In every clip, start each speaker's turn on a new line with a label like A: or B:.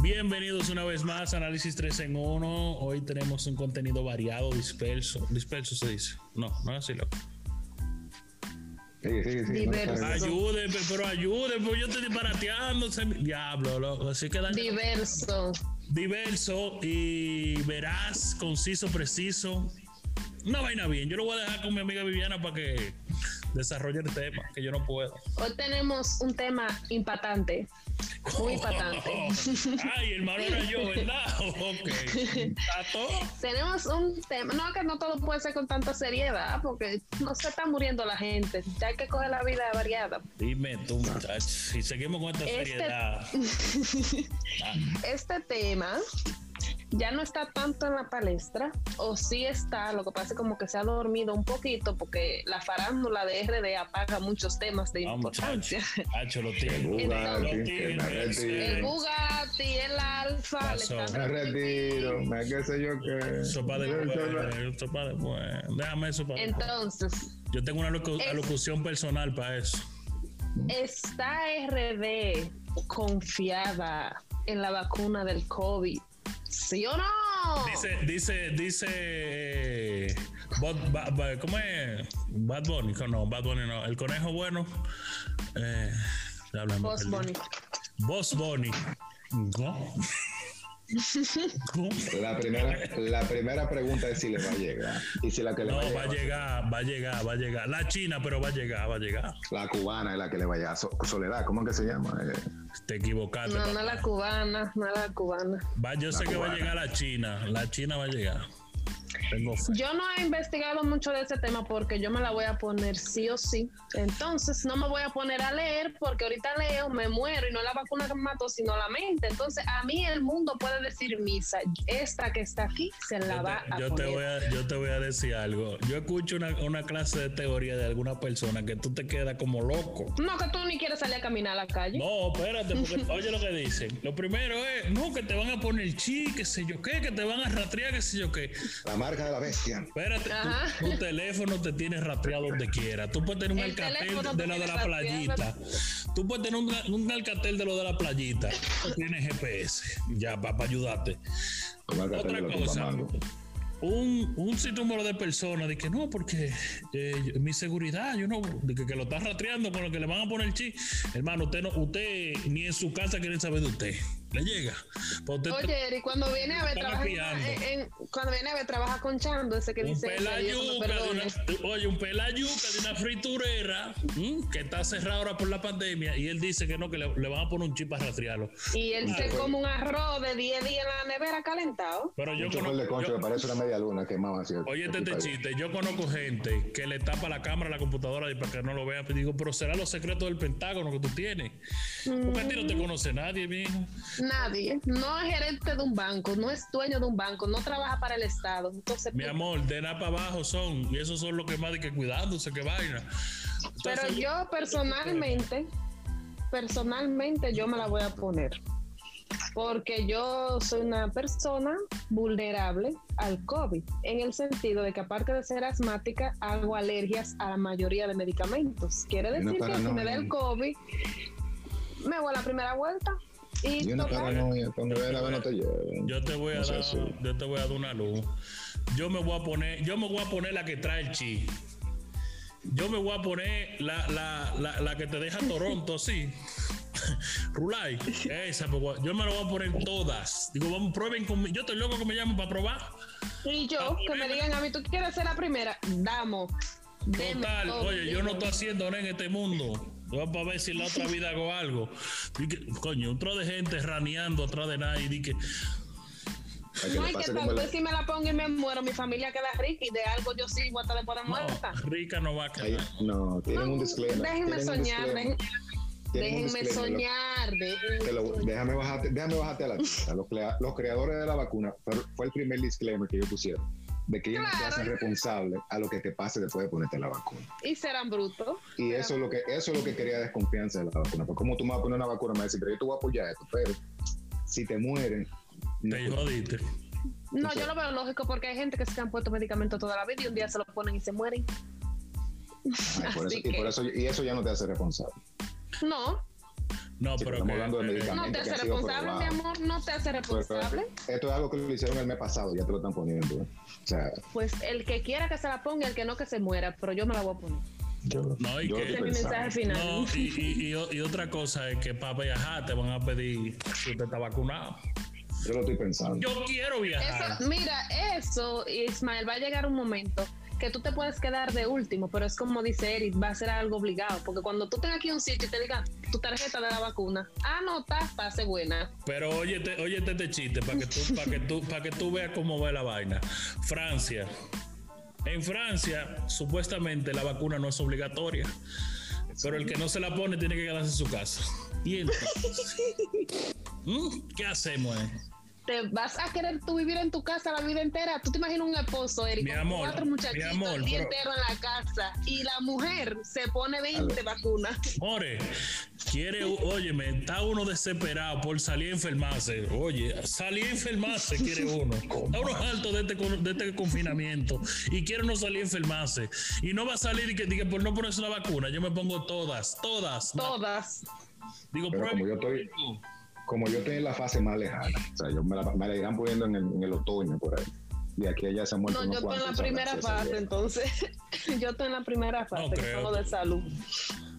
A: Bienvenidos una vez más a Análisis 3 en 1. Hoy tenemos un contenido variado, disperso. Disperso se dice. No, no es así, loco.
B: Sigue, sigue, sigue.
C: Diverso.
B: No sabes.
A: Ayúdenme, pero ayúdenme, pues yo estoy disparateando. se me- Diablo, loco. Así que dale.
C: Diverso.
A: diverso y verás, conciso, preciso. Una vaina bien. Yo lo voy a dejar con mi amiga Viviana para que desarrolle el tema, que yo no puedo.
C: Hoy tenemos un tema impactante. Muy impactante.
A: Oh. Ay, hermano, era yo, ¿verdad? Ok. ¿A todo?
C: tenemos un tema. No, que no todo puede ser con tanta seriedad, porque no se está muriendo la gente. Ya hay que coger la vida variada.
A: Dime tú, muchacho. Si seguimos con esta
C: Este-
A: seriedad. Ah,
C: Este tema ya no está tanto en la palestra, o sí está, lo que pasa es como que se ha dormido un poquito, porque la farándula de RD apaga muchos temas de
A: ah, muchacho.
C: importancia.
A: Hacho, lo
B: El
A: tengo.
B: Bugatti,
A: Lo
B: que
A: tienen,
B: me
C: El
B: retiro.
C: Bugatti, el Alfa,
A: Pasó.
C: Alexander
B: Me retiro. Me qué sé yo qué.
A: Sopa de eh.
B: Yo-
A: bueno, sopa de bueno. Déjame eso para.
C: Entonces,
A: Yo tengo una locu-
C: Es-
A: alocución personal para eso.
C: ¿está RD confiada en la vacuna del COVID? ¿Sí o no?
A: Dice, dice, dice. eh, Bad- Ba- Ba- ¿Cómo es? Bad Bunny. No, Bad Bunny no. El conejo bueno. Eh, ya hablamos,
C: Post
A: perdón.
C: Bunny.
A: Boss Bunny. ¿No? ¿Cómo?
B: La primera, la primera pregunta es si le va a llegar. Y si la que le
A: No,
B: va a
A: va a
B: llegar.
A: llegar, va a llegar, va a llegar. La China, pero va a llegar, va a llegar.
B: La cubana es la que le va a llegar. So- Soledad, ¿cómo es que se llama? Eh,
A: Te equivocaste.
C: No,
A: papá.
C: no la cubana, no la cubana.
A: Va- yo sé que va a
B: cubana.
A: llegar la China. La China va a llegar. Tengo fe.
C: Yo no he investigado mucho de ese tema porque yo me la voy a poner sí o sí. Entonces no me voy a poner a leer porque ahorita leo, me muero y no es la vacuna que me mató, sino la mente. Entonces a mí el mundo puede decir misa. Esta que está aquí se la
A: Yo
C: va
A: te-
C: a
A: yo, te
C: poner.
A: voy a, yo te voy a decir algo. Yo escucho una, una clase de teoría de alguna persona que tú te quedas como loco.
C: No, que tú ni quieres salir a caminar a la calle.
A: No, espérate, porque oye lo que dicen. Lo primero es, no, que te van a poner chi, que sé yo qué, que te van a rastrear, que sé yo qué.
B: la marca de la bestia.
A: Espérate,
C: Ajá.
A: tu, tu teléfono te tiene rastreado donde quiera. Tú puedes tener un
C: El
A: alcatel
C: teléfono te
A: de lo de
C: tiene
A: la
C: rastreado.
A: playita. Tú puedes tener un, un alcatel de lo de la playita. Tú Tienes GPS, ya, para ayudarte.
B: La marca
A: Otra
B: de la
A: cosa.
B: Mango.
A: Un, un sinnúmero de personas de que no, porque eh, yo- mi seguridad, yo no, de que, que lo están rastreando con lo que le van a poner el chip. Hermano, usted no, usted ni en su casa quieren saber de usted. Le llega. Pero usted-
C: Oye, Eri, cuando viene a ver,
A: Están
C: trabaja
A: espiando.
C: en- en- cuando viene a ver, trabaja con Chando, ese que
A: un
C: dice. ese, Dios me
A: pelayuca de
C: perdone.
A: una, oye, un pelayuca de una friturera ¿m? que está cerrada ahora por la pandemia y él dice que no, que le, le van a poner un chip para rastrearlo.
C: Y él se
B: Mucho
C: come un arroz de 10 días en la nevera calentado.
A: Pero yo
B: Un chofer de concho
A: yo-
B: que parece una media luna que mama así.
A: Oye, este,
B: Aquí
A: este
B: para allá.
A: chiste, yo conozco gente que le tapa la cámara a la computadora y para que no lo vean, digo, pero será los secretos del Pentágono que tú tienes. Porque a ti no te conoce nadie, mijo.
C: Mm, Nadie. No es gerente de un banco, no es dueño de un banco, no trabaja para el Estado. Entonces,
A: Mi amor, de nada para abajo son, y esos son los que más de que cuidándose, que vaina. Entonces,
C: pero yo personalmente, personalmente yo me la voy a poner. Porque yo soy una persona vulnerable al COVID, en el sentido de que aparte de ser asmática, hago alergias a la mayoría de medicamentos. Quiere
B: Y una
C: decir que si me
B: paranoia.
C: da el COVID, me voy a la primera vuelta. Y
B: Y una
C: total,
B: paranoia. Cuando veas la mano te lleven.
A: Yo te voy a
B: No sé,
A: dar,
B: sí.
A: yo te voy a dar una luz. Yo me voy a poner, yo me voy a poner la que trae el chi. Yo me voy a poner la, la, la, la que te deja Toronto, sí. Rulay, esa, me voy a- yo me la voy a poner todas. Digo, vamos, prueben conmigo. Yo estoy loco que me llamen para probar.
C: y yo, que me digan a mí, ¿tú quieres ser la primera? Damos. Deme
A: Total,
C: todo,
A: oye, yo no
C: dime.
A: estoy haciendo nada en este mundo. Vamos para ver si en la otra vida hago algo. Y que, coño, un tro de gente raneando atrás de nadie. Y que,
B: Para que
C: No,
B: le
C: y que
B: pase
C: tal
B: como la-
C: vez si me la pongo y me muero, mi familia queda rica y de algo yo sí voy a estar después de
A: no,
C: muerta.
A: rica no va a
B: Ahí-
A: quedar.
B: No, tienen
C: No,
B: un disclaimer.
C: Déjenme
B: tienen un
C: soñar,
B: disclaimer,
C: dejen-
B: tienen un
C: déjenme
B: disclaimer, lo-
C: soñar. déjenme
B: Te lo-
C: soñar.
B: déjame, bajarte, déjame bajarte a la pista. Los, crea- los creadores de la vacuna fue, fue el primer disclaimer que yo pusieron de que ellos no se
C: Claro.
B: hacen responsables a lo que te pase después de ponerte la vacuna.
C: Y serán brutos.
B: Y eso es lo que eso es lo que quería desconfianza de la vacuna. Porque como tú me vas a poner una vacuna, me vas a decir, pero yo te voy a apoyar esto, pero si te mueren, no,
A: Te jodiste.
C: No,
B: O sea-
C: yo lo veo lógico porque hay gente que se han puesto medicamentos toda la vida y un día se lo ponen y se mueren.
B: ay, por eso-
C: Así
B: y, por
C: que-
B: eso, y eso ya no te hace responsable.
C: No,
A: No,
B: Sí,
A: pero
B: estamos
A: que-
B: hablando de
A: eh,
B: medicamentos.
C: No te hace
B: que ha sido
C: responsable, mi
B: probado.
C: amor, no te hace responsable.
B: Esto es algo que lo hicieron el mes pasado, ya te lo están poniendo. ¿eh? O sea,
C: Pues el que quiera que se la ponga, el que no que se muera, pero yo me la voy a poner.
B: yo,
A: No, y
B: yo
A: que-
B: lo
C: Ese es mi
B: pensaba.
C: mensaje final.
A: No, y, y- y o- y otra cosa es que para viajar te van a pedir si usted está vacunado.
B: Yo lo estoy pensando.
A: Yo quiero viajar.
C: Eso, mira, eso, Ismael, va a llegar un momento que tú te puedes quedar de último, pero es como dice Eric, va a ser algo obligado, porque cuando tú tengas aquí un sitio y te digan tu tarjeta de la vacuna, anota, pase buena.
A: Pero óyete, óyete este chiste para que tú, para que tú, para que tú veas cómo va la vaina. Francia. En Francia, supuestamente la vacuna no es obligatoria. Pero el que no se la pone tiene que quedarse en su casa. ¿Y entonces? ¿Mm? ¿Qué hacemos? eh?
C: ¿Te vas a querer tú vivir en tu casa la vida entera? ¿Tú te imaginas un esposo, Eric,
A: Mi
C: con
A: amor,
C: cuatro
A: mi
C: muchachitos
A: amor,
C: el día
A: pero-
C: entero en la casa y la mujer se pone 20 vacunas?
A: More, quiere, óyeme, está uno desesperado por salir a enfermarse. Oye, salir a enfermarse quiere uno. Está uno alto de este, con- de este confinamiento y quiere no salir a enfermarse. Y no va a salir y que diga, por no ponerse la vacuna, yo me pongo todas, todas.
C: Todas.
A: Digo,
B: Pero como
A: pruebe.
B: yo estoy, como yo estoy en la fase más lejana, o sea, yo me la, me la irán poniendo en el, en el otoño por ahí. De aquí a allá se han muerto
C: No, yo
B: unos
C: estoy en la
B: cuantos,
C: primera
B: gracias a
C: fase,
B: Dios.
C: entonces. yo estoy en la primera fase, que
A: creo.
C: hablo de salud.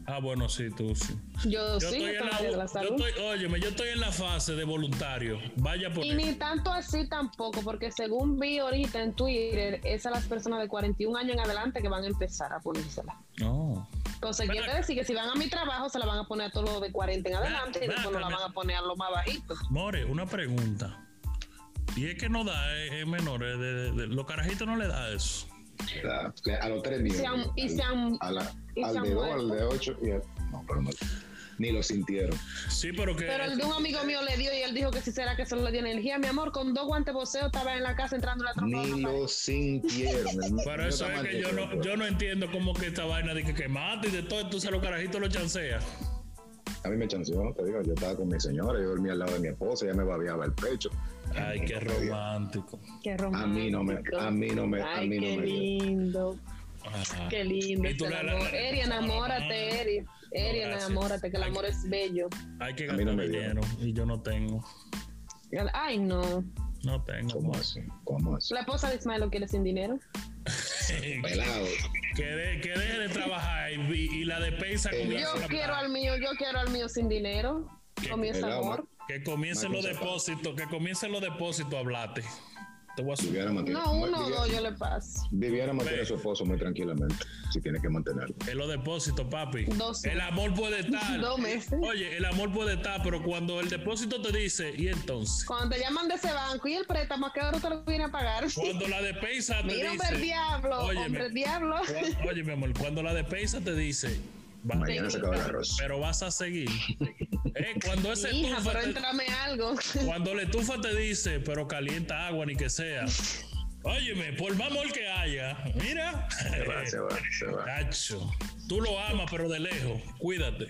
A: Ah, bueno, sí, tú sí.
C: Yo,
A: Yo
C: Pues sí,
A: estoy en
C: estoy en la
A: la, yo
C: salud.
A: estoy, óyeme, yo estoy en la fase de voluntario. Vaya por
C: Y
A: eso.
C: ni tanto así tampoco, porque según vi ahorita en Twitter, es a las personas de 41 años en adelante que van a empezar a ponérsela.
A: No.
C: Entonces,
A: Ven
C: quiere
A: acá.
C: decir que si van a mi trabajo, se la van a poner a todos los de 40 en adelante y
A: ven
C: después no
A: acá,
C: la
A: ven.
C: van a poner a los más bajitos.
A: More, una pregunta. Y es que no da, es, es menor, es de- de- de- los carajitos no le da eso.
B: O sea, que a los tres niños.
C: se han- y se han-
B: a la-
C: y
B: al
C: se han
B: de dos,
C: muerto.
B: al de ocho. y al- no, pero no, ni lo sintieron.
A: Sí, pero que.
C: Pero el de un amigo mío le dio y él dijo que si será que solo le dio energía. Mi amor, con dos guantes boceo estaba en la casa entrando la trompa. de
B: Ni
C: una pared.
B: lo sintieron.
A: Pero eso es que yo no, yo no entiendo cómo que esta vaina de que quemaste y de todo, entonces los carajitos lo chancean.
B: pues. A mí me chanceó, te digo, yo estaba con mi señora, yo dormía al lado de mi esposa, ella me babeaba el pecho.
A: Ay, qué romántico.
C: Qué
B: A mí no me- a mí no me- a
C: Ay,
B: mí no
C: qué
B: me dio.
C: lindo.
A: Ajá.
C: Qué lindo.
A: Y
C: este
A: tú la- la-
C: amor.
A: la-
C: Eri, enamórate, Eri. Eri,
A: gracias.
C: enamórate, que el
A: Ay,
C: amor es bello.
A: Hay que
B: A mí
A: gastar
B: no me dio.
A: dinero y yo no tengo.
C: Ay, no.
A: No tengo.
B: ¿Cómo
A: more.
B: así? ¿Cómo así?
C: La esposa de Ismael lo quiere sin dinero.
A: que,
B: Pelado.
A: de- que deje de trabajar y, y la despensa
B: Yo
A: comience
C: Yo
A: a-
C: quiero al mío, yo quiero al mío sin dinero.
A: Qué
C: Con mi
B: pelado,
C: amor.
A: Que comiencen los
B: Marcos Zapata.
A: depósitos, que comiencen los depósitos a hablarte. Te voy a subir.
B: Viviana mantiene,
C: No, uno o
B: Viviana-
C: dos yo le paso.
B: Viviana mantiene a
A: Ve.
B: su esposo muy tranquilamente, si tiene que mantenerlo.
A: En los depósitos, papi.
C: Dos.
A: El amor puede estar.
C: Dos meses.
A: Oye, el amor puede estar, pero cuando el depósito te dice, y entonces,
C: Cuando te llaman de ese banco y el préstamo, ¿a qué hora te lo viene a pagar?
A: cuando la despensa te
C: Mira, hombre
A: dice.
C: diablo,
A: Óyeme.
C: hombre diablo.
A: Cua- Oye, mi amor, cuando la despensa te dice, va-
B: Mañana se acaba el arroz.
A: pero vas a seguir. Eh, cuando ese
C: Mi hija,
A: estufa
C: pero
A: te-
C: entrame algo.
A: cuando la estufa te dice, pero calienta agua ni que sea. Óyeme, por más amor que haya, mira.
B: Se va, se va, se va,
A: Cacho, tú lo amas, pero de lejos. Cuídate.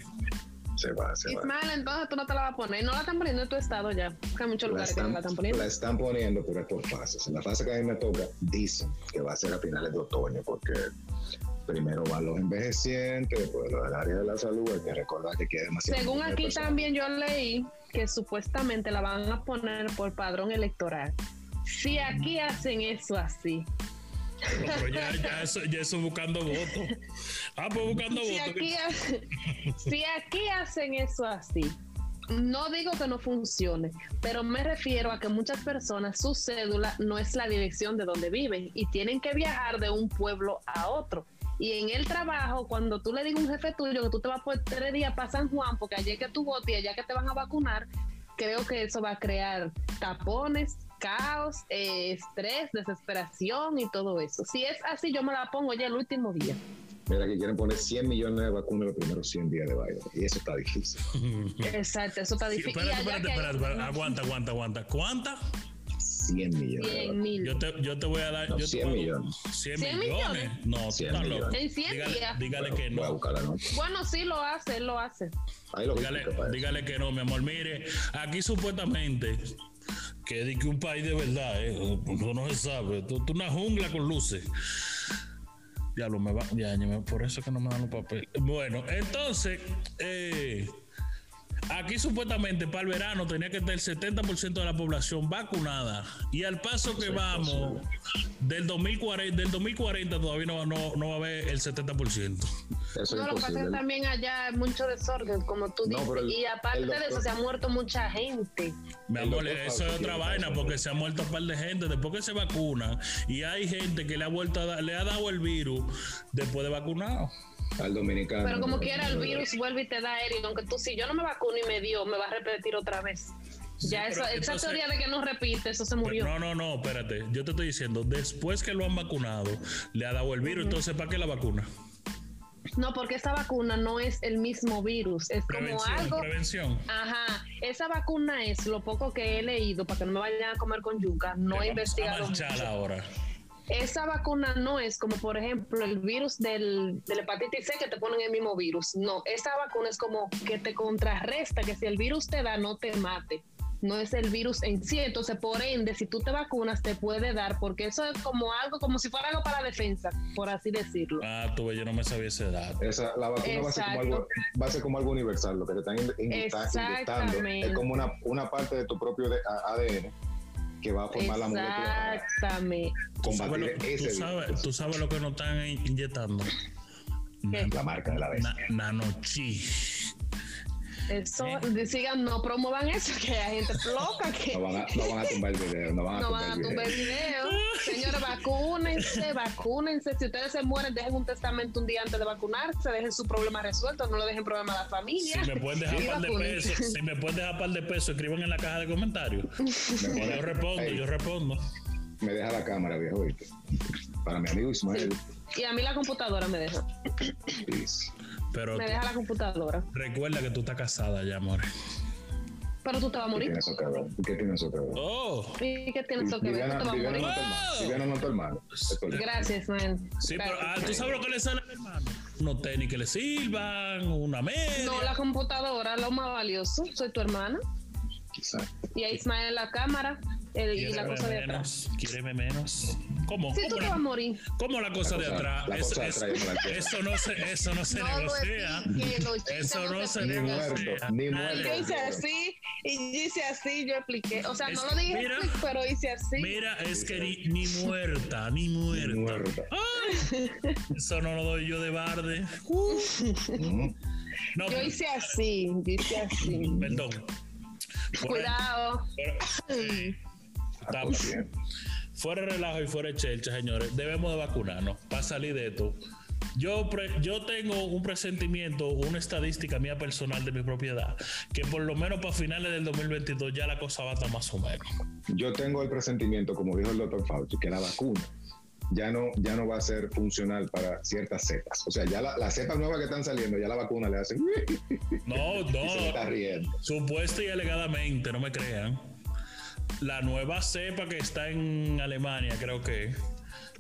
B: se va, se va.
C: Ismael, entonces tú no te la vas a poner. No la están poniendo en tu estado ya. Porque hay muchos
B: La
C: lugares que no
B: están,
C: la están poniendo.
B: la están poniendo, pero es por fases. En la fase que a mí me toca, dicen que va a ser a finales de otoño, porque primero van los envejecientes, después los del área de la salud. Hay que recordar que aquí hay demasiado.
C: Según aquí también yo leí que supuestamente la van a poner por padrón electoral. Si aquí hacen eso así,
A: Pero ya, ya eso, ya eso buscando votos. Ah, pues buscando
C: si
A: votos.
C: aquí, ha- si aquí hacen eso así, no digo que no funcione, pero me refiero a que muchas personas su cédula no es la dirección de donde viven y tienen que viajar de un pueblo a otro. Y en el trabajo, cuando tú le digas a un jefe tuyo que tú te vas por tres días para San Juan, porque allá es que tú votas y allá es que te van a vacunar, creo que eso va a crear tapones, caos, eh, estrés, desesperación y todo eso. Si es así, yo me la pongo ya el último día.
B: Mira, que quieren poner 100 millones de vacunas los primeros 100 días de baile. Y eso está difícil.
C: Exacto, eso está
A: Sí,
C: difícil.
A: espérate,
C: Y allá
A: espérate,
C: que hay
A: espérate, espérate. Ah, Aguanta, aguanta, aguanta. ¿Cuánta?
B: 100 millones. de
C: 100 mil.
A: Yo te, yo te voy a dar.
B: No,
A: yo te
B: 100
A: voy a-
B: millones.
A: 100
C: 100
A: millones.
C: millones.
A: No,
B: 100
A: tú estás loco.
B: millones.
C: En 100
A: Dígale,
C: días.
A: dígale
B: vacunas.
A: que
B: Voy a
A: no.
B: buscar la noche.
C: Bueno, sí lo hace, él lo hace.
B: Ahí lo pues.
A: Dígale,
B: busco, papá.
A: dígale que no, mi amor. Mire, aquí supuestamente que di que un país de verdad, eh, no, no se sabe. Tú, tú una jungla con luces. Ya lo me va, ya, ya me- por eso que no me dan los papeles. Bueno, entonces, eh, Aquí supuestamente para el verano tenía que estar el 70% de la población vacunada. Y al paso que
B: Sí,
A: vamos, del 2040, del 2040 todavía no, va- no, no va a haber el 70%.
B: Eso es
C: No, lo que pasa es
B: imposible.
C: también allá hay mucho desorden, como tú
B: No,
C: dices.
B: pero el-
C: y aparte
B: el doctor- Ah,
C: de eso, se ha muerto mucha gente.
A: Mi
B: El
A: amor,
B: doctor
A: eso
B: Fauci
A: es otra
B: tiene
A: vaina
B: razón,
A: porque
B: ¿no?
A: se ha muerto un par de gente después que se vacunan y hay gente que le ha vuelto a dar- le ha dado el virus después de vacunado.
B: Al dominicano.
C: Pero como
B: no,
C: quiera,
B: no,
C: el
B: no,
C: virus vuelve y te da aéreo. Aunque tú, si yo no me vacuno y me dio, me va a repetir otra vez. ya
A: pero
C: eso, esa
A: entonces-
C: teoría de que no repite, eso se murió.
A: No, no, no, espérate. Yo te estoy diciendo, después que lo han vacunado, le ha dado el virus, entonces ¿para qué la vacuna?
C: No, porque esa vacuna no es el mismo virus, es como
A: Prevención,
C: algo.
A: prevención.
C: Ajá, esa vacuna es lo poco que he leído para que no me vayan a comer con yuca, no
A: Te vamos
C: he investigado.
A: A marchar
C: mucho.
A: ahora.
C: Esa vacuna no es como, por ejemplo, el virus del, de la hepatitis C que te ponen el mismo virus. No, esa vacuna es como que te contrarresta, que si el virus te da, no te mate. No es el virus en sí. Entonces, por ende, si tú te vacunas, te puede dar, porque eso es como algo, como si fuera algo para defensa, por así decirlo.
A: Ah, tú ves, yo no me sabía esa edad.
B: Esa, la vacuna va a, ser como algo, va a ser como algo universal, lo que te están in- inyecta- inyectando.
C: Exactamente.
B: Es como una, una parte de tu propio de- a- ADN que va a formar la molécula
C: Exactamente.
B: para
A: Tú sabes,
B: combatir
A: lo, tú
B: ese
A: sabes-
B: virus.
A: tú sabes lo que nos están in- inyectando. Nan-
B: La marca de la bestia.
A: na- nanochi.
C: Eso, sigan, no promuevan eso, que hay gente loca que
B: No van, a, no van a tumbar el video, no van
A: Ah,
B: a tumbar
C: no van
B: el
C: a
B: video.
C: tumbar el video. Señores, vacúnense, vacúnense. Si ustedes se mueren, dejen un testamento un día antes de vacunarse, dejen su problema resuelto, no lo dejen problema a la
A: Si
C: familia.
A: me pueden dejar
C: Y
A: par de
C: vacúnense.
A: pesos, si me pueden dejar par de pesos, escriban en la caja de comentarios.
B: Me
A: Y
B: pone-
A: yo respondo,
B: Ey,
A: yo respondo.
B: Me deja la cámara, viejo. ¿viste? Para mi amigo Ismael.
C: Y a mí la computadora me deja.
B: please.
A: Pero
C: Me
A: tú-
C: deja la computadora.
A: recuerda que tú estás casada ya, amor.
C: Pero tú te vas a
B: ¿Qué
C: morir.
B: tiene eso que ver? ¿Qué tiene eso que ver?
A: Oh,
C: ¿Y qué tienes eso que ver?
B: Viviana
C: Tú te vas a
B: Viviana no
C: morir.
B: está mal.
A: ¡Wow!
B: Viviana no está mal. Estoy-
C: Gracias, man.
A: sí, pero
C: Gracias.
A: ah, tú sabes lo que le sale al hermano. Unos tenis que le sirvan, una media.
C: No, la computadora, lo más valioso. Soy tu hermana.
B: Quizá.
C: Y ahí Ismael en la cámara el- y la
A: Quiéreme
C: cosa de atrás.
A: menos, quiéreme menos. ¿Cómo?
C: Si tú
A: ¿Cómo,
C: te vas a
A: la,
C: morir.
A: cómo la cosa de
B: La cosa-
A: atrás?
B: la
A: Eso-
B: cosa de
A: eso-
B: atrás, yo me la quiero.
A: Eso no se, eso no se
C: No lo
A: negocia.
C: expliques, los chistes
A: Eso no se
C: explican.
B: explica.
A: negocia.
B: Ni muerto,
A: Nadie-
B: ni
C: Y yo hice así, y yo hice así, yo expliqué. O sea,
A: Es-
C: no lo dije,
A: mira.
C: explic, pero hice así.
A: Mira, es que ni, ni muerta, ni muerta.
B: muerta.
A: Ay, eso no lo doy yo de barde. Uh,
B: Mm.
A: No,
C: Yo hice así, yo hice así.
A: perdón. Fuera,
C: Cuidado.
A: fuera-
B: Ah,
A: Estamos-
B: pues bien.
A: fuera de relajo y fuera de chelcha, señores. Debemos de vacunarnos para salir de esto. Yo, pre- yo tengo un presentimiento, una estadística mía personal de mi propiedad, que por lo menos para finales del 2022 ya la cosa va a estar más o menos.
B: Yo tengo el presentimiento, como dijo el doctor Fauci, que la vacuna ya no, ya no va a ser funcional para ciertas cepas. O sea, ya la- las cepas nuevas que están saliendo, ya la vacuna le hace
A: No,
B: y se está
A: no.
B: riendo.
A: Supuesta y alegadamente, no me crean. La nueva cepa que está en Alemania, creo que,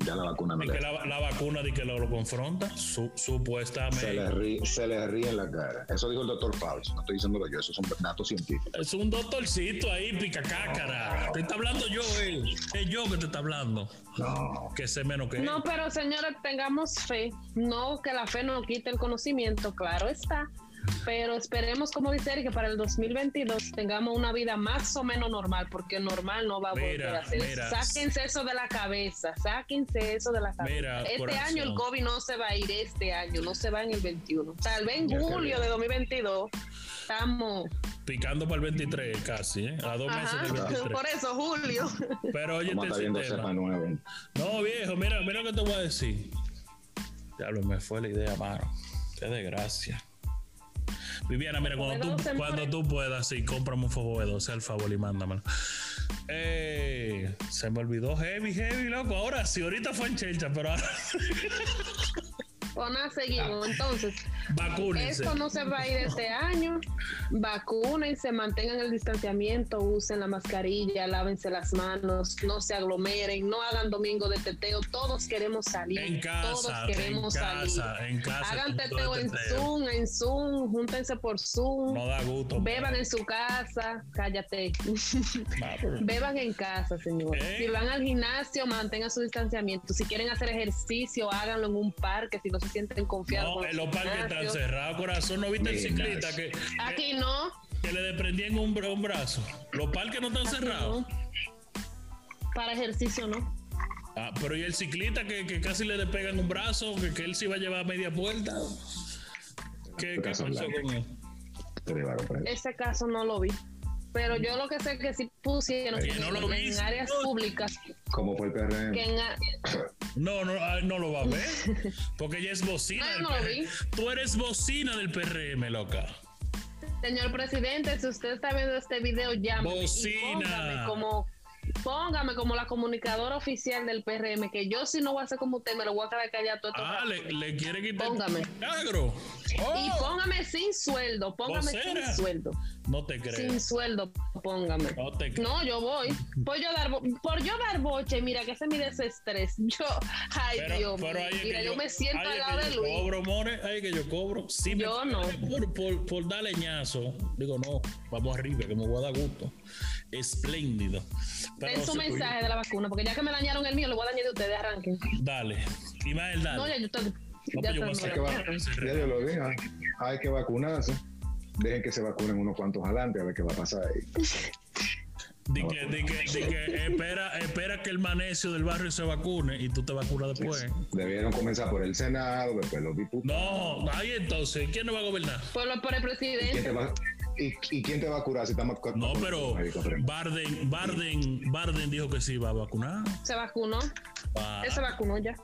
B: Ya la vacuna no
A: y
B: le
A: que
B: hace.
A: la, la vacuna de que lo, lo confronta, su-
B: Se le,
A: supuestamente.
B: ríe, se le ríe en la cara. Eso dijo el doctor Fauci, no estoy diciéndolo yo, esos son datos científicos.
A: Es un doctorcito ahí, picacácara. Te está hablando yo, él. Es yo que te está hablando.
B: No,
A: Que sé menos que él.
C: No, pero señores, tengamos fe. No que la fe no quite el conocimiento, claro está. Pero esperemos, como dice Eric, que para el 2022 tengamos una vida más o menos normal, porque normal no va a volver
A: Mira,
C: a ser.
A: mira.
C: Sáquense eso de la cabeza, sáquense eso de la cabeza.
A: Mira,
C: este
A: corazón.
C: año el COVID no se va a ir, este año, no se va en el 21. Tal vez en
B: Ya que
C: julio
B: bien.
C: de 2022 estamos.
A: Picando para el 23 casi, ¿eh? A dos
C: Ajá,
A: meses del 23.
C: por eso, julio.
A: Pero oye,
B: vamos a estar viendo
A: este
B: cepas
A: tema.
B: nuevas.
A: No, viejo, mira, mira lo que te voy a decir. Diablo, me fue la idea, mano. Qué desgracia. Viviana, mira, cuando tú,
C: Fogovedosa,
A: cuando
C: more.
B: tú
A: tú puedas, sí, cómprame un fogo sea el favor y mándamelo. Eh, se me olvidó heavy, heavy, loco. Ahora sí, ahorita fue en chelcha, pero ahora
C: Pues nada, seguimos. Entonces,
A: vacúnense.
C: Esto no se va a ir este año. Vacúnense, mantengan el distanciamiento, usen la mascarilla, lávense las manos, no se aglomeren, no hagan domingo de teteo. Todos queremos salir.
A: En
C: todos
A: casa, en
C: queremos salir.
A: casa, en casa. con
C: Hagan
A: todo
C: teteo
A: el
C: en
A: teteo.
C: Zoom, en Zoom, júntense por Zoom.
A: No da gusto.
C: Beban en su casa, cállate.
A: mano.
C: Beban en casa, señor.
A: ¿Eh?
C: Si van al gimnasio, mantengan su distanciamiento. Si quieren hacer ejercicio, háganlo en un parque, si no se sienten confiados.
A: No,
C: con
A: en
C: su
A: los parques
C: gimnasio.
A: están cerrados, corazón. ¿No viste el
B: Mira,
A: ciclista que,
C: Aquí no.
A: que se le desprendían un, bra- un brazo. Los parques no están cerrados.
C: Para ejercicio, ¿no?
A: Ah, pero y el ciclista que, que casi le despegan un brazo, que, que él se iba a llevar a media puerta. ¿Qué, qué pasó
B: Brazo
A: con
B: blanco.
A: él?
B: Te llevaron preso.
C: Ese Este caso no lo vi. Pero yo lo que sé es que sí pusieron
A: Que no lo
C: en
A: viste.
C: áreas públicas
B: ¿Cómo fue el PRM?
C: que en a-
A: No, no, ah, no lo va a ver. Porque ella es bocina.
C: Ah,
A: del
C: no lo
A: PRM.
C: vi.
A: Tú eres bocina del PRM, loca.
C: Señor presidente, si usted está viendo este video, llame. y
A: Bocina.
C: Póngame como, póngame como la comunicadora oficial del PRM, que yo si no voy a ser como usted, me lo voy a quedar callado todo esto.
A: Ah, le, le quiere quitar
C: Póngame.
A: milagro.
C: Y
A: Oh,
C: póngame sin sueldo, póngame
A: Vocera.
C: sin sueldo.
A: no te creo.
C: Sin sueldo, póngame.
A: No te creo.
C: No, yo voy. Por yo dar, bo- por yo dar boche, mira, que ese es mi desestrés. Yo, ay
A: Pero,
C: Dios,
A: pero ahí es
C: mira,
A: que
C: yo, me siento
A: ahí
C: al
A: es
C: lado
A: que
C: de
A: yo
C: Luis.
A: cobro, more, ahí es que yo cobro. Si me
C: Yo no.
A: pagan Por, por, por dar leñazo, digo, no, vamos arriba, que me voy a dar gusto. Espléndido. Pero
C: Ten su
A: si tú-
C: mensaje de la vacuna, porque ya que me dañaron el mío, lo voy a dañar de ustedes, arranquen.
A: Dale. Y más el
C: No,
A: dale.
C: ya yo
A: Ah,
C: estoy.
A: No,
C: Ya
A: pues yo voy a
C: estoy-
A: hacer
B: que va- Ya yo lo dije, hay, hay que vacunarse. Dejen que se vacunen unos cuantos adelante a ver qué va a pasar ahí.
A: Di que, di que- di que espera, espera que el manecio del barrio se vacune y tú te vacunas después.
B: Debieron comenzar por el Senado, después los diputados.
A: No, ahí entonces, ¿quién no va a gobernar?
C: Por, lo- por el
B: ¿Y quién,
C: presidente.
B: te va, y, y quién te va a curar si estamos con-
A: No,
B: con-
A: pero
B: médico, pero-
A: Barden, Barden, Barden dijo que se iba a vacunar.
C: Se vacunó.
A: Ah,
C: Él se vacunó ya.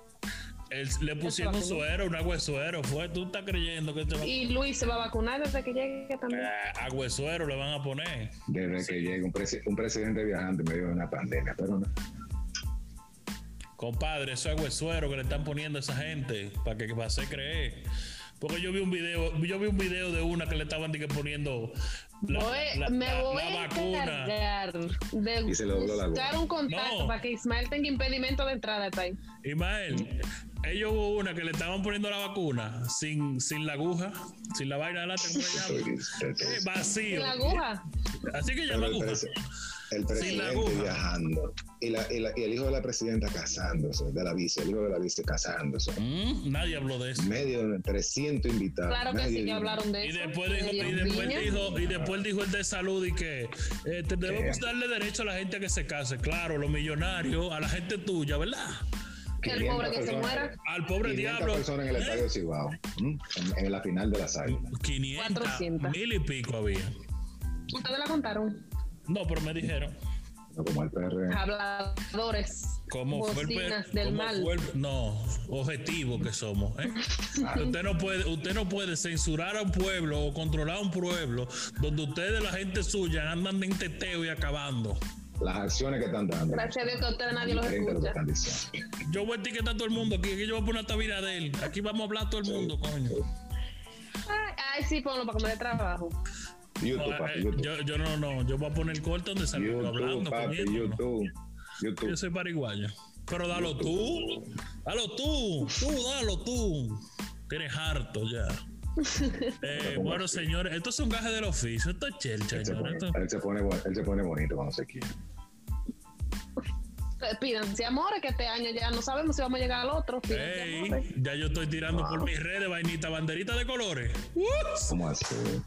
A: él- le pusieron un
C: vacunó.
A: suero, un agua de suero. Fue, tú estás creyendo que te va
C: Y Luis se va a vacunar desde que llegue también.
A: Ah, agua de suero le van a poner.
B: Desde que llegue un, presi- un presidente viajante en medio de una pandemia, pero no.
A: Compadre, eso es agua de suero que le están poniendo a esa gente para que para hacer creer. Porque yo vi un video, yo vi un video de una que le estaban di que, poniendo la,
C: Voy-
A: la-
C: me
A: la-
C: voy
A: la
C: a
A: vacuna.
C: encargar de
B: Y se le dobló la
C: buscar
B: voz.
C: un contacto
A: No.
C: para que Ismael tenga impedimento de entrada está ahí.
A: Ismael, ellos hubo una que le estaban poniendo la vacuna sin, sin la aguja, sin la vaina de lata, ¿cómo le
B: Estoy-
A: llaman?
B: estoy-
A: Eh,
B: estoy-
A: vacío.
C: Sin la aguja.
A: Así que
B: Pues, pero
A: llama
B: el,
A: aguja.
B: presi-
A: Sí,
B: el
A: la
B: presidente
A: aguja.
B: viajando y, la- y la- y el hijo de la presidenta casándose, de la vice, el hijo de la vice casándose.
A: Mm, nadie habló de eso.
B: Medio de 300 invitados.
C: Claro que
B: nadie
C: sí, que
B: dijo
C: hablaron de
A: Y
C: eso.
A: después
C: le
A: dijo, y
C: dieron
A: después
C: piña.
A: dijo, y después dijo el de salud y que eh, te- debemos
B: Eh.
A: darle derecho a la gente a que se case. Claro, los millonarios, a la gente tuya, ¿verdad?
C: que el
B: 500
C: pobre que se
B: personas-
C: muera.
A: Al pobre
B: 500
A: diablo.
B: personas en el
A: ¿eh?
B: estadio Cibao, ¿m? en, en la final de las águilas.
A: 500,
C: 400.
A: mil y pico había.
C: Ustedes la contaron.
A: No, pero me dijeron.
B: No como el PRM.
C: Ah. Habladores.
A: ¿Cómo fue el pe-
C: bocinas del
A: cómo
C: mal.
A: fue el- no, objetivo que somos. ¿eh? usted, no puede, usted no puede censurar a un pueblo o controlar a un pueblo donde ustedes, la gente suya, andan de teteo y acabando.
B: Las acciones que están dando.
C: Gracias a Dios que a ustedes nadie los
B: Diferente a lo que
C: escucha.
B: están diciendo.
A: Yo voy a etiquetar a todo el mundo aquí, que yo voy a poner esta vida de él. Aquí vamos a hablar todo el mundo, coño.
C: Ay, ay, sí, ponlo para que me dé trabajo.
B: YouTube,
A: No,
B: papi,
A: eh,
B: YouTube.
A: yo, yo no, no, yo voy a poner el corte donde salgo
B: YouTube,
A: hablando,
B: papi,
A: comiendo, ¿no?
B: YouTube.
A: Yo
B: YouTube.
A: soy pariguayo. Pero dalo tú, dalo tú, tú, dalo tú. Tienes harto ya. Eh, bueno, señores, esto es un gaje del oficio. Esto es chelcha,
B: Él se,
A: señores.
B: pone,
A: Esto-
B: él, se pone, bo- él se pone bonito cuando se quiere.
C: Eh, Pídanse amores que este año ya no sabemos si vamos a llegar al otro. Pídanse amores.
A: Ey, ya yo estoy tirando
B: Wow.
A: por mis redes vainita, banderita de colores.
B: ¿Cómo así?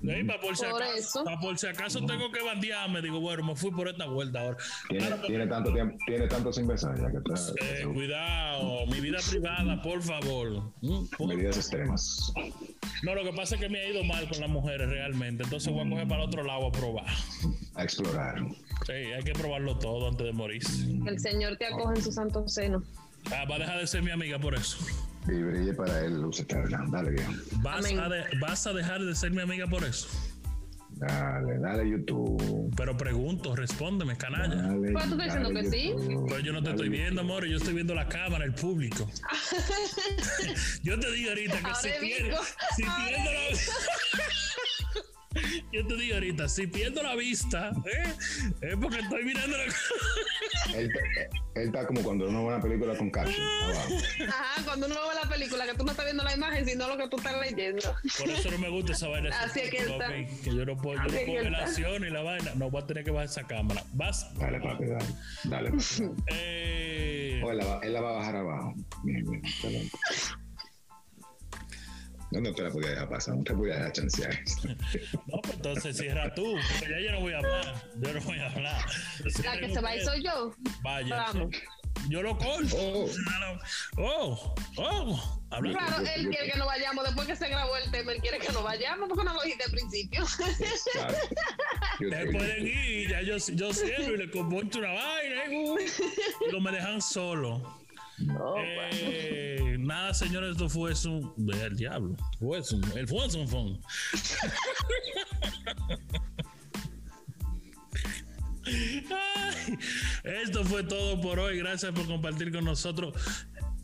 A: Ey, pa' por si
C: Por
A: acaso,
C: eso.
A: pa' por si acaso tengo que bandearme. Digo, bueno, me fui por esta vuelta ahora.
B: Tiene, tiene tanto tiempo, tiene tanto sin besar ya que está.
A: Eh, cuidado, mi vida privada, por favor. Mm, por-
B: Medidas extremas.
A: No, lo que pasa es que me ha ido mal con las mujeres realmente. Entonces voy a coger para el otro lado a probar.
B: A explorar.
A: Sí, hay que probarlo todo antes de morirse.
C: El Señor te acoge en su santo seno.
A: Ah, va a dejar de ser mi amiga por eso.
B: Y brille para él luz eterna. Dale bien.
A: Vas,
C: Amén.
A: a, de- vas a dejar de ser mi amiga por eso.
B: Dale, dale YouTube.
A: Pero pregunto, respóndeme, canalla.
B: Dale,
C: Pues, ¿tú estás
B: dale,
C: diciendo que sí?
B: YouTube.
A: Pero yo no te
B: Dale,
A: estoy viendo,
B: YouTube.
A: amor. Yo estoy viendo la cámara, el público. yo te digo ahorita que
C: Ahora
A: si
C: digo,
A: pierdo, si
C: ahora
A: pierdo la Yo te digo ahorita, si pierdo la vista, ¿eh? es porque estoy mirando la
B: Él, él está como cuando uno ve una película con caption. abajo.
C: Ajá, cuando uno ve la película, que tú no estás viendo la imagen, sino lo que tú estás leyendo.
A: Por eso no me gusta esa vaina.
C: Así es que
A: Papi,
C: está.
A: que yo no puedo, yo no
C: Así es
A: puedo
C: que
A: ver la
C: está.
A: acción y la vaina. No, voy a tener que bajar esa cámara. Vas.
B: Dale, papi, dale. Dale, papi.
A: Eh,
B: O él, la va, él la va a bajar abajo. Bien, bien, excelente. No, no te la podía dejar pasar, no te podía dejar chancear.
A: No, pues entonces cierra tú, porque ya yo no voy a hablar. Yo no voy a hablar.
C: La
A: Cierren
C: que se va a ir
A: ustedes.
C: soy yo.
A: Vaya.
C: Vamos.
A: Yo lo corto.
B: Oh.
A: Oh, oh. Habla.
C: Claro, él quiere que no vayamos. Después que se grabó el tema, él quiere que no vayamos. porque no lo dijiste al principio?
B: ¿sabes? Yo
A: Ustedes
B: estoy-
A: pueden ir, ya yo, yo cierro y le compongo una vaina. ¿eh? Y lo me dejan solo. Eh, nada, señores, esto fue su. Ve al diablo. Fue su. El fue su fun. Ay, esto fue todo por hoy. Gracias por compartir con nosotros.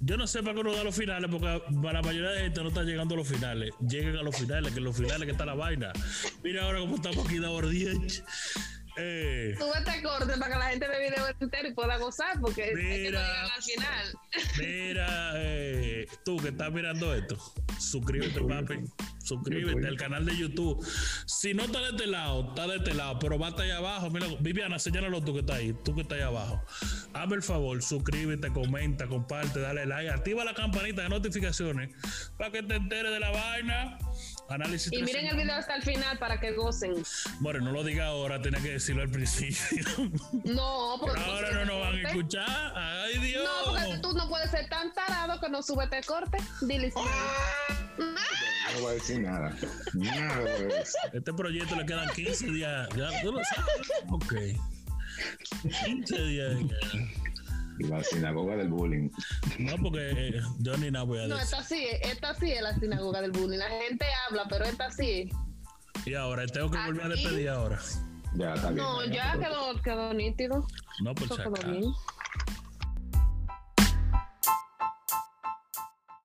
A: Yo no sé para cuándo da los finales, porque para la mayoría de gente no está llegando a los finales. Lleguen a los finales, que en los finales que está la vaina. Mira ahora cómo estamos aquí de bordiech. Eh,
C: Sube este corte para que la gente ve el video entero y pueda gozar, porque es que no
A: Mira.
C: llegan al final.
A: Mira, eh, tú que estás mirando esto, suscríbete, papi. Suscríbete al canal de YouTube. Si no está de este lado, está de este lado, pero va hasta allá abajo. Mira, Viviana, señálalo tú que está ahí, tú que está ahí abajo. Hazme el favor, suscríbete, comenta, comparte, dale like, activa la campanita de notificaciones para que te enteres de la vaina. Análisis
C: Y miren el
A: 360.
C: video hasta el final para que gocen.
A: Bueno, no lo diga ahora, tenía que decirlo al principio.
C: No, porque este
A: ahora no nos van a escuchar. Ay, Dios.
C: No, porque tú no puedes ser tan tarado que no sube este corte. Dile.
A: Ah.
B: No voy a decir nada. Nada. voy a decir.
A: Este proyecto le quedan 15 días. Ya, tú lo sabes. Ok. 15 días.
B: Y La sinagoga del bullying.
A: No, porque eh, yo ni nada voy a
C: No,
A: decir.
C: esta sí, es- esta sí es la sinagoga del bullying. La gente habla, pero esta sí. es.
A: Y ahora tengo que volver a
C: Aquí.
A: despedir ahora.
B: Ya está bien.
C: No, ya
B: te
C: quedó, quedó nítido.
A: No, por
C: Eso
A: si
C: quedó
A: acaso.
C: bien.